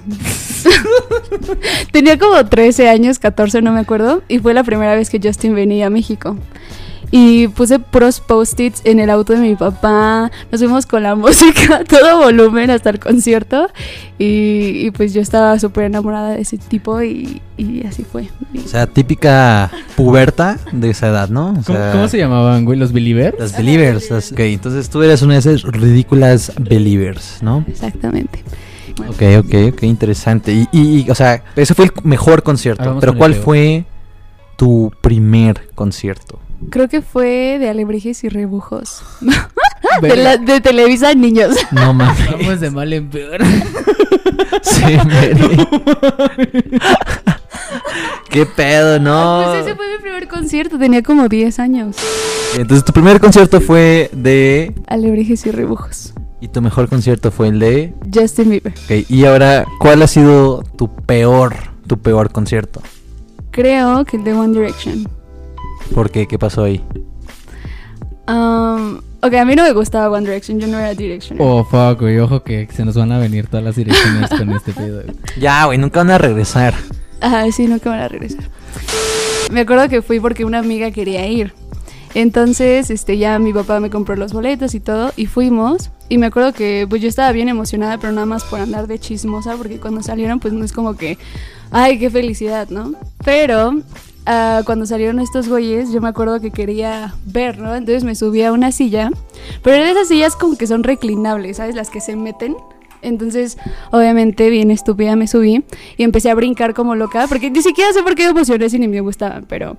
Speaker 5: tenía como 13 años, 14, no me acuerdo, y fue la primera vez que Justin venía a México. Y puse puros post-its en el auto de mi papá, nos fuimos con la música a todo volumen hasta el concierto y, y pues yo estaba súper enamorada de ese tipo y, y así fue. Y-
Speaker 1: O sea, típica puberta de esa edad, ¿no? O
Speaker 2: ¿Cómo,
Speaker 1: sea,
Speaker 2: cómo se llamaban, güey? ¿Los Believer?
Speaker 1: Las believers. las- ok, entonces tú eres una de esas ridículas believers, ¿no?
Speaker 5: Exactamente. Bueno.
Speaker 1: Ok, ok, ok, interesante. Y, y- y, o sea, ese fue el mejor
Speaker 2: Ahora
Speaker 1: concierto.
Speaker 2: vamos
Speaker 1: Pero
Speaker 2: con el
Speaker 1: ¿cuál
Speaker 2: peor.
Speaker 1: fue tu primer concierto?
Speaker 5: Creo que fue de Alebrijes y Rebujos.
Speaker 1: Ah,
Speaker 5: De, la- de Televisa Niños.
Speaker 1: No mames.
Speaker 2: Vamos de mal en peor.
Speaker 1: Sí, Mary. ¿Qué pedo, no?
Speaker 5: Pues ese fue mi primer concierto, tenía como 10 años.
Speaker 1: Entonces tu primer concierto fue de...
Speaker 5: Alebrijes y Rebujos.
Speaker 1: Y tu mejor concierto fue el de...
Speaker 5: Justin Bieber.
Speaker 1: Ok, y ahora, ¿cuál ha sido tu peor, tu peor concierto?
Speaker 5: Creo que el de One Direction.
Speaker 1: ¿Por qué? ¿Qué pasó ahí?
Speaker 5: Um, ok, a mí no me gustaba One Direction, yo no era Direction.
Speaker 2: Oh, fuck, güey. Ojo que se nos van a venir todas las direcciones con este pedo. güey.
Speaker 1: Ya, güey, nunca van a regresar.
Speaker 5: Ah, sí, nunca van a regresar. Me acuerdo que fui porque una amiga quería ir. Entonces, este, ya mi papá me compró los boletos y todo, y fuimos. Y me acuerdo que pues yo estaba bien emocionada, pero nada más por andar de chismosa, porque cuando salieron, pues no es como que, ay, qué felicidad, ¿no? Pero ah, cuando salieron estos güeyes, yo me acuerdo que quería ver, ¿no? Entonces me subí a una silla, pero eran esas sillas como que son reclinables, ¿sabes? Las que se meten. Entonces, obviamente, bien estúpida me subí y empecé a brincar como loca, porque ni siquiera sé por qué me emocioné si ni me gustaban, pero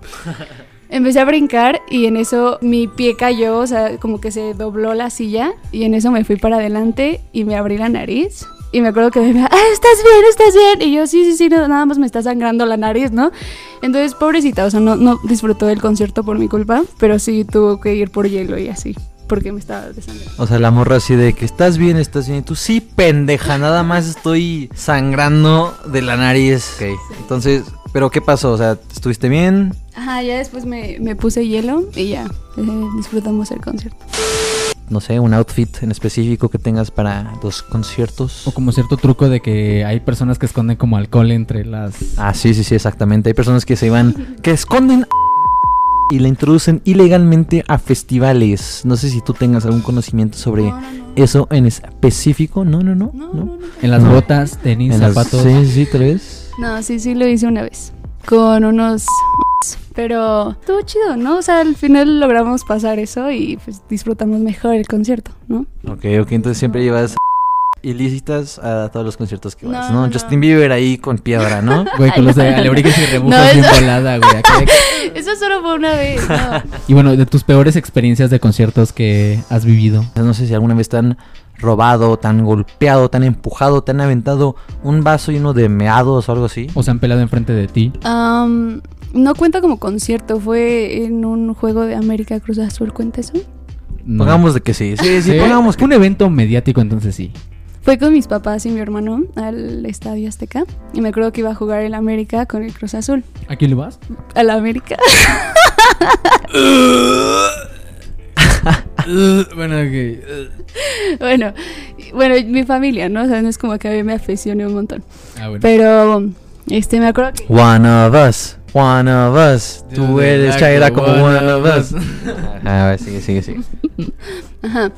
Speaker 5: empecé a brincar y en eso mi pie cayó, o sea, como que se dobló la silla y en eso me fui para adelante y me abrí la nariz. Y me acuerdo que me decía, ah, estás bien, estás bien. Y yo, sí, sí, sí, no, nada más me está sangrando la nariz, ¿no? Entonces, pobrecita, o sea, no, no disfrutó del concierto por mi culpa, pero sí tuvo que ir por hielo y así, porque me estaba desangrando.
Speaker 1: O sea, la morra así de que estás bien, estás bien. Y tú sí, pendeja, nada más estoy sangrando de la nariz. Ok, entonces, ¿pero qué pasó? O sea, ¿estuviste bien?
Speaker 5: Ajá, ya después me, me puse hielo y ya, eh, disfrutamos el concierto.
Speaker 1: No sé, un outfit en específico que tengas para los conciertos.
Speaker 2: O como cierto truco de que hay personas que esconden como alcohol entre las.
Speaker 1: Ah, sí, sí, sí, exactamente. Hay personas que se van, que esconden y la introducen ilegalmente a festivales. No sé si tú tengas algún conocimiento sobre
Speaker 5: No, no, no.
Speaker 1: eso en específico. No, no, no.
Speaker 5: No,
Speaker 1: no.
Speaker 5: no, no.
Speaker 2: En las botas, tenis,
Speaker 1: En las-
Speaker 2: zapatos.
Speaker 1: Sí, sí, sí, tal vez.
Speaker 5: No, sí, sí lo hice una vez. Con unos. Pero estuvo chido, ¿no? O sea, al final logramos pasar eso y pues disfrutamos mejor el concierto, ¿no?
Speaker 1: Ok, ok, entonces siempre llevas ilícitas a todos los conciertos que vas,
Speaker 5: No,
Speaker 1: ¿no?
Speaker 5: no,
Speaker 1: Justin Bieber ahí con piedra, ¿no?
Speaker 2: Güey, con
Speaker 5: Ay,
Speaker 2: los de
Speaker 5: no.
Speaker 2: alebrijes y rebujos
Speaker 5: No,
Speaker 2: bien
Speaker 5: eso-
Speaker 2: volada, güey. acá de-
Speaker 5: Eso solo fue una vez, ¿no?
Speaker 2: Y bueno, de tus peores experiencias de conciertos que has vivido.
Speaker 1: O sea, No sé si alguna vez te han robado, tan golpeado, tan empujado, te han aventado un vaso y uno de meados o algo así.
Speaker 2: O se han pelado enfrente de ti.
Speaker 5: Am, no cuenta como concierto, fue en un juego de América Cruz Azul, ¿cuenta eso?
Speaker 2: No.
Speaker 1: Pongamos de que sí, sí, sí,
Speaker 2: Sí,
Speaker 1: pongamos que
Speaker 2: un evento mediático, entonces sí.
Speaker 5: Fue con mis papás y mi hermano al Estadio Azteca y me acuerdo que iba a jugar el América con el Cruz Azul.
Speaker 2: ¿A quién le vas?
Speaker 5: ¿Al América?
Speaker 2: bueno, que
Speaker 5: bueno, y- bueno, mi familia, ¿no? O sea, no es como que a mí me aficioné un montón.
Speaker 2: Ah, bueno.
Speaker 5: Pero, este, me acuerdo que...
Speaker 1: One of us, one of us, tú eres Chaira como one of us. Ah, A ver, sigue, sigue, sigue.
Speaker 5: Ajá.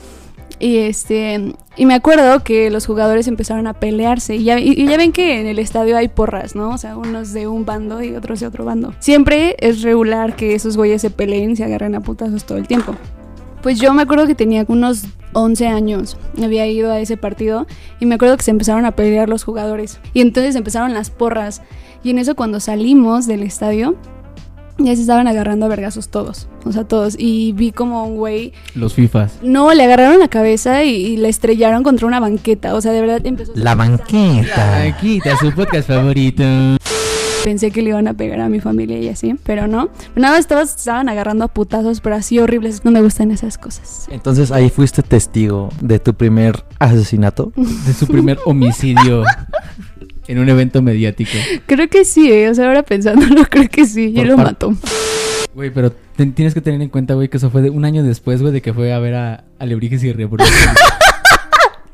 Speaker 5: Y este y me acuerdo que los jugadores empezaron a pelearse y ya, y- y ya ven que en el estadio hay porras, ¿no? O sea, unos de un bando y otros de otro bando. Siempre es regular que esos güeyes se peleen y se agarren a putazos todo el tiempo. Pues yo me acuerdo que tenía unos 11 años, había ido a ese partido y me acuerdo que se empezaron a pelear los jugadores y entonces empezaron las porras y en eso cuando salimos del estadio ya se estaban agarrando a vergazos todos, o sea, todos y vi como un güey
Speaker 2: Los FIFAs.
Speaker 5: no, le agarraron la cabeza y, y la estrellaron contra una banqueta. O sea, de verdad empezó.
Speaker 1: La banqueta.
Speaker 2: Aquí está su podcast favorito.
Speaker 5: Pensé que le iban a pegar a mi familia y así, pero no. Nada más todos estaban agarrando a putazos, pero así horribles. No me gustan esas cosas.
Speaker 1: Entonces ahí fuiste testigo de tu primer asesinato.
Speaker 2: De su primer homicidio en un evento mediático.
Speaker 5: Creo que sí, ¿eh? o sea, ahora pensándolo, creo que sí. Yo
Speaker 2: Por
Speaker 5: lo
Speaker 2: par-
Speaker 5: mato.
Speaker 2: Güey, pero ten- tienes que tener en cuenta, güey, que eso fue de un año después, güey, de que fue a ver a Alebrijes y Revolución.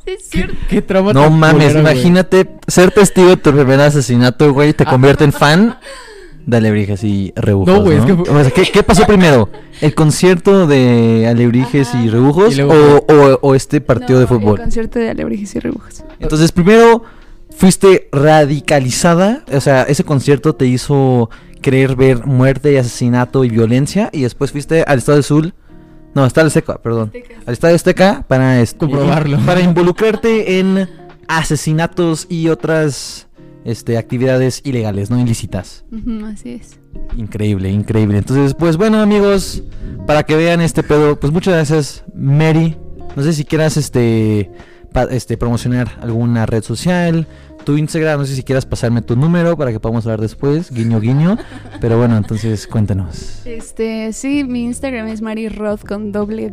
Speaker 5: Es
Speaker 2: ¿Qué, qué trauma
Speaker 1: No
Speaker 2: tan
Speaker 1: mames,
Speaker 2: culera, güey.
Speaker 1: imagínate ser testigo de tu primer asesinato, güey, te convierte en fan de Alebrijes y Rebujos.
Speaker 2: No,
Speaker 1: No,
Speaker 2: güey, es que fue-
Speaker 1: O sea, ¿qué, qué pasó primero? ¿El concierto de Alebrijes y Rebujos
Speaker 2: Y luego-
Speaker 1: o, o- o este partido de
Speaker 5: No, El
Speaker 1: fútbol?
Speaker 5: concierto de Alebrijes y Rebujas.
Speaker 1: Entonces, primero fuiste radicalizada, o sea, ese concierto te hizo querer ver muerte y asesinato y violencia y después fuiste al Estado del Sur, no, Estado Azteca, perdón, al Estado Azteca para est-
Speaker 2: Comprobarlo.
Speaker 1: para involucrarte en asesinatos y otras este, actividades ilegales, no ilícitas.
Speaker 5: Ujú, así es.
Speaker 1: Increíble, increíble. Entonces, pues bueno, amigos, para que vean este pedo, pues muchas gracias, Mary. No sé si quieras este, pa- este promocionar alguna red social, tu Instagram, no sé si quieras pasarme tu número para que podamos hablar después, guiño guiño, pero bueno, entonces cuéntanos.
Speaker 5: Este, sí, mi Instagram es Mari Roth con doble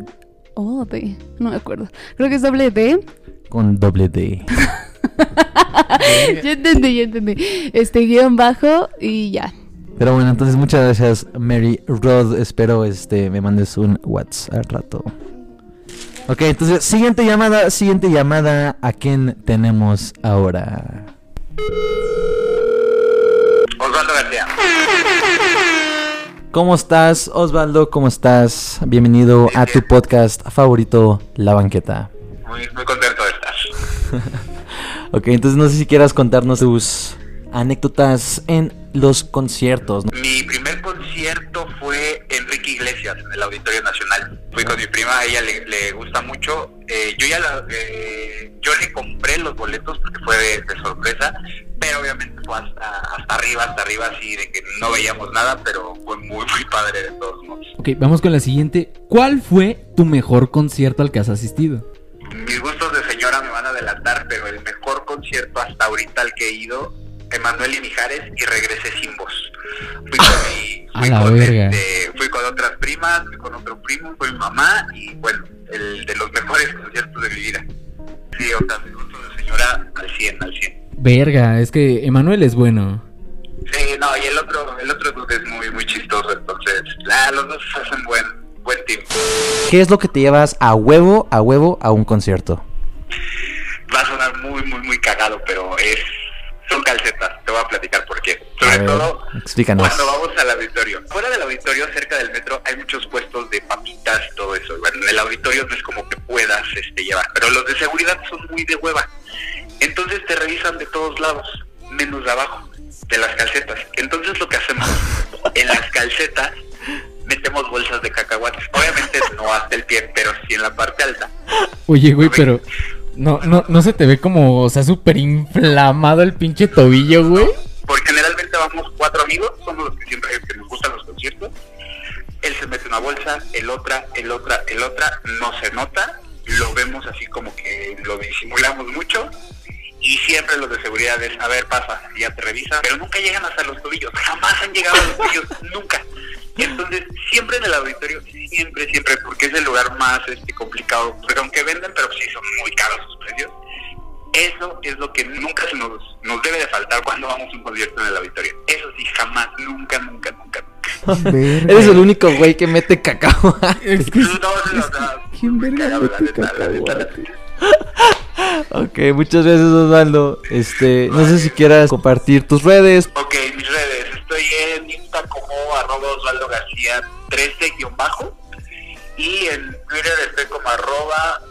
Speaker 5: O D. No me acuerdo. Creo que es doble D.
Speaker 1: Con doble D.
Speaker 5: yo entendí, yo entendí. Este guión bajo y ya.
Speaker 1: Pero bueno, entonces muchas gracias, Mary Rod. Espero este me mandes un WhatsApp al rato. Ok, entonces, siguiente llamada, siguiente llamada. ¿A quién tenemos ahora?
Speaker 3: Osvaldo García.
Speaker 1: ¿Cómo estás, Osvaldo? ¿Cómo estás? Bienvenido a tu podcast favorito, La Banqueta.
Speaker 3: Muy, muy contento de estar.
Speaker 1: Ok, entonces no sé si quieras contarnos tus anécdotas en los conciertos. ¿no?
Speaker 3: Mi primer concierto fue Enrique Iglesias en el Auditorio Nacional. Fui con mi prima, a ella le, le gusta mucho. Eh, yo ya la- eh, yo le compré los boletos porque fue de, de sorpresa, pero obviamente fue hasta, hasta arriba, hasta arriba, así de que no veíamos nada, pero fue muy, muy padre de todos modos.
Speaker 2: Ok, vamos con la siguiente. ¿Cuál fue tu mejor concierto al que has asistido?
Speaker 3: Mis gustos de señora me van a delatar, pero el mejor concierto hasta ahorita al que he ido, Emanuel y Mijares, y regresé sin voz. Fui con, mi-
Speaker 2: A
Speaker 3: fui
Speaker 2: la
Speaker 3: con,
Speaker 2: verga.
Speaker 3: este, fui con otras primas, fui con otro primo, fue mi mamá, y bueno, el de los mejores conciertos de mi vida. Sí, o sea, mis gustos de señora al 100, al 100.
Speaker 2: Verga, es que Emanuel es bueno.
Speaker 3: Sí, no, y el otro, el otro dude es muy, muy chistoso, entonces, ah, los dos hacen buen, buen team.
Speaker 1: ¿Qué es lo que te llevas a huevo, a huevo, a un concierto?
Speaker 3: va a sonar muy, muy, muy cagado, pero es son calcetas. Te voy a platicar por qué.
Speaker 1: A
Speaker 3: Sobre
Speaker 1: ver,
Speaker 3: todo
Speaker 1: explícanos.
Speaker 3: cuando vamos al auditorio. Fuera del auditorio, cerca del metro, hay muchos puestos de papitas y todo eso. Bueno, en el auditorio no es como que puedas este, llevar, pero los de seguridad son muy de hueva. Entonces te revisan de todos lados, menos de abajo, de las calcetas. Entonces lo que hacemos en las calcetas metemos bolsas de cacahuates. Obviamente no hasta el pie, pero sí en la parte alta.
Speaker 2: Oye, güey, pero. No, no, no se te ve como, o sea, súper inflamado el pinche tobillo, güey.
Speaker 3: porque generalmente vamos cuatro amigos, somos los que siempre que nos gustan los conciertos. Él se mete una bolsa, el otra, el otra, el otra, no se nota, lo vemos así como que lo disimulamos mucho y siempre los de seguridad es, a ver, pasa, y ya te revisan, pero nunca llegan hasta los tobillos, jamás han llegado a los tobillos, nunca. Entonces, siempre en el auditorio, siempre, siempre, porque es el lugar más este, complicado, pero aunque venden, pero sí son muy caros sus precios. Eso es lo que nunca se nos, nos debe de faltar cuando vamos a un concierto en el auditorio. Eso sí, jamás, nunca, nunca, nunca.
Speaker 2: Pues,
Speaker 1: Eres
Speaker 2: Eh.
Speaker 1: el único güey que mete cacao.
Speaker 2: Es que
Speaker 3: No, no, no, no.
Speaker 2: pues, ¿Quién verga este
Speaker 3: Cagado, la neta, la neta, la neta.
Speaker 1: Ok, muchas gracias Osvaldo. Este, no sé si quieras compartir tus redes.
Speaker 3: Ok, mis redes. Estoy en Insta como arroba Osvaldo García 13 guión bajo. Y en Twitter estoy como arroba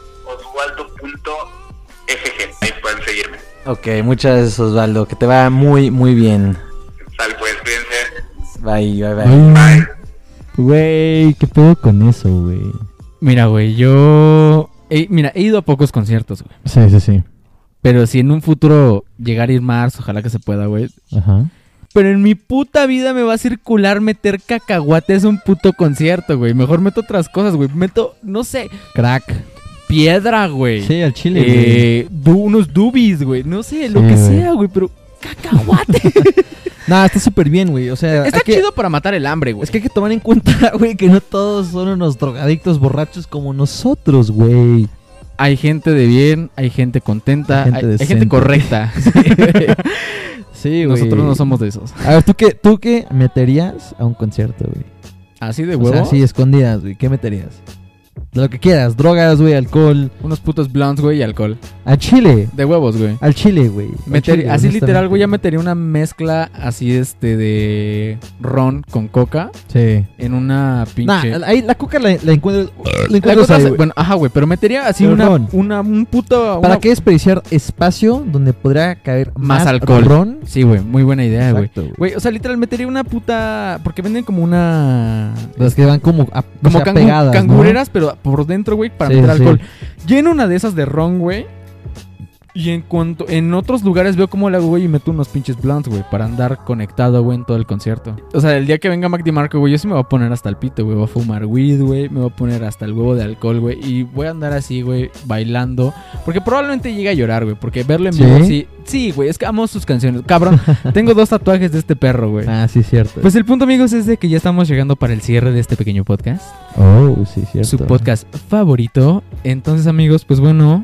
Speaker 3: osvaldo.fg. Ahí pueden seguirme.
Speaker 1: Ok, muchas gracias Osvaldo, que te va muy muy bien.
Speaker 3: Sal pues, cuídense.
Speaker 1: Bye, bye, bye.
Speaker 2: Ay,
Speaker 6: Güey, ¿qué pedo con eso, güey?
Speaker 2: Mira, güey, yo. he- mira, he ido a pocos conciertos, güey.
Speaker 6: Sí, sí, sí.
Speaker 2: Pero si en un futuro llegar a ir más, ojalá que se pueda, güey.
Speaker 6: Ajá.
Speaker 2: Pero en mi puta vida me va a circular meter cacahuates a un puto concierto, güey. Mejor meto otras cosas, güey. Meto, no sé,
Speaker 6: Crack.
Speaker 2: piedra, güey.
Speaker 6: Sí, al chile, güey.
Speaker 2: Eh, du- unos dubis, güey. No sé, lo
Speaker 6: Sí,
Speaker 2: que
Speaker 6: güey.
Speaker 2: sea, güey, pero cacahuate.
Speaker 6: Nah, está súper bien, güey. O sea,
Speaker 2: Está
Speaker 6: hay que-
Speaker 2: chido para matar el hambre, güey.
Speaker 6: Es que hay que tomar en cuenta, güey, que no todos son unos drogadictos borrachos como nosotros, güey.
Speaker 2: hay gente de bien, hay gente contenta,
Speaker 6: Hay
Speaker 2: hay
Speaker 6: gente
Speaker 2: hay gente,
Speaker 6: decente.
Speaker 2: correcta.
Speaker 6: Sí,
Speaker 2: Nosotros no somos de esos.
Speaker 6: A ver, ¿tú qué, ¿tú qué meterías a un concierto, güey?
Speaker 2: Así de
Speaker 6: O sea,
Speaker 2: huevo.
Speaker 6: así escondidas, güey. ¿Qué meterías? Lo que quieras, drogas, güey, alcohol.
Speaker 2: Unos putos blondes, güey, y alcohol.
Speaker 6: Al chile.
Speaker 2: De huevos, güey.
Speaker 6: Al chile, güey. Al
Speaker 2: Meter-
Speaker 6: chile,
Speaker 2: así literal, güey, ya
Speaker 6: honestamente.
Speaker 2: metería una mezcla así este de ron con coca
Speaker 6: Sí.
Speaker 2: en una
Speaker 6: Nah,
Speaker 2: pinche.
Speaker 6: ahí la coca la, la encuentras. La
Speaker 2: La
Speaker 6: encuentras
Speaker 2: cosa
Speaker 6: ahí,
Speaker 2: es-
Speaker 6: güey.
Speaker 2: bueno, ajá, güey, pero metería así
Speaker 6: El
Speaker 2: una,
Speaker 6: ron.
Speaker 2: una, un puto.
Speaker 6: ¿Para
Speaker 2: una-
Speaker 6: qué desperdiciar espacio donde podrá caer más,
Speaker 2: Más alcohol.
Speaker 6: ron?
Speaker 2: Sí, güey, muy buena idea, güey.
Speaker 6: Exacto, güey.
Speaker 2: Güey, o sea, literal, metería una puta. Porque venden como una.
Speaker 6: Las que van como, a- o
Speaker 2: Como
Speaker 6: sea,
Speaker 2: cangu-
Speaker 6: pegadas, ¿no?
Speaker 2: cangureras, pero por dentro, güey, para
Speaker 6: Sí,
Speaker 2: meter
Speaker 6: sí.
Speaker 2: alcohol. Lleno una de esas de ron, güey. Y en cuanto. En otros lugares veo cómo le hago, güey, y meto unos pinches blunts, güey, para andar conectado, güey, en todo el concierto. O sea, el día que venga Mac DiMarco, güey, yo sí me voy a poner hasta el pito, güey. Voy a fumar weed, güey. Me voy a poner hasta el huevo de alcohol, güey. Y voy a andar así, güey, bailando. Porque probablemente llegue a llorar, güey. Porque verlo en
Speaker 6: ¿Sí?
Speaker 2: vivo, sí. Sí, güey, es que amo sus canciones. Cabrón, tengo dos tatuajes de este perro, güey.
Speaker 6: Ah, sí, cierto.
Speaker 2: Pues el punto, amigos, es de que ya estamos llegando para el cierre de este pequeño podcast
Speaker 6: oh, sí, cierto.
Speaker 2: su podcast favorito. Entonces, amigos, pues bueno,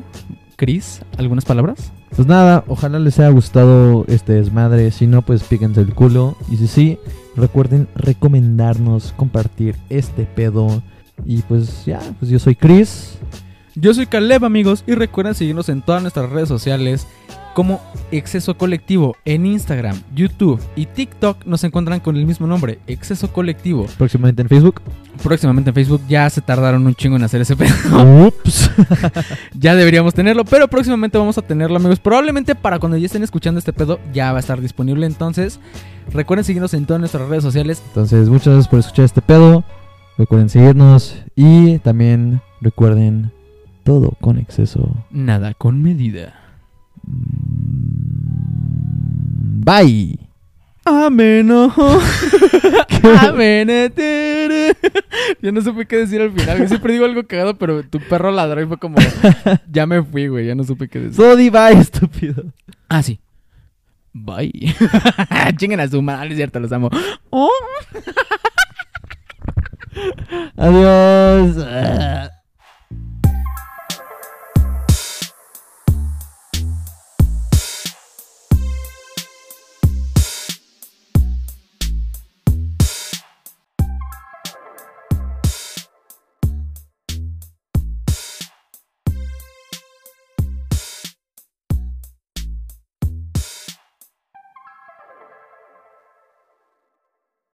Speaker 2: Chris, ¿algunas palabras?
Speaker 6: Pues nada, ojalá les haya gustado este desmadre. Si no, pues píquense el culo. Y si sí, recuerden recomendarnos, compartir este pedo. Y pues ya, pues yo soy Chris.
Speaker 2: Yo soy Caleb, amigos, y recuerden seguirnos en todas nuestras redes sociales como Exceso Colectivo en Instagram, YouTube y TikTok. Nos encuentran con el mismo nombre, Exceso Colectivo.
Speaker 6: Próximamente en Facebook.
Speaker 2: Próximamente en Facebook ya se tardaron un chingo en hacer ese pedo.
Speaker 6: Ups.
Speaker 2: Ya deberíamos tenerlo, pero próximamente vamos a tenerlo, amigos. Probablemente para cuando ya estén escuchando este pedo ya va a estar disponible. Entonces, recuerden seguirnos en todas nuestras redes sociales.
Speaker 6: Entonces, muchas gracias por escuchar este pedo. Recuerden seguirnos. Y también recuerden todo con exceso.
Speaker 2: Nada con medida.
Speaker 6: Bye.
Speaker 2: Ameno. Ameno. turu. eh, Yo no supe qué decir al final. Yo siempre digo algo cagado, pero tu perro ladró y fue como. Ya me fui, güey. Ya no supe qué decir.
Speaker 6: Sodi, bye, estúpido.
Speaker 2: Ah, sí. Bye. Chinguen a su madre, es cierto, los amo. Oh.
Speaker 6: Adiós.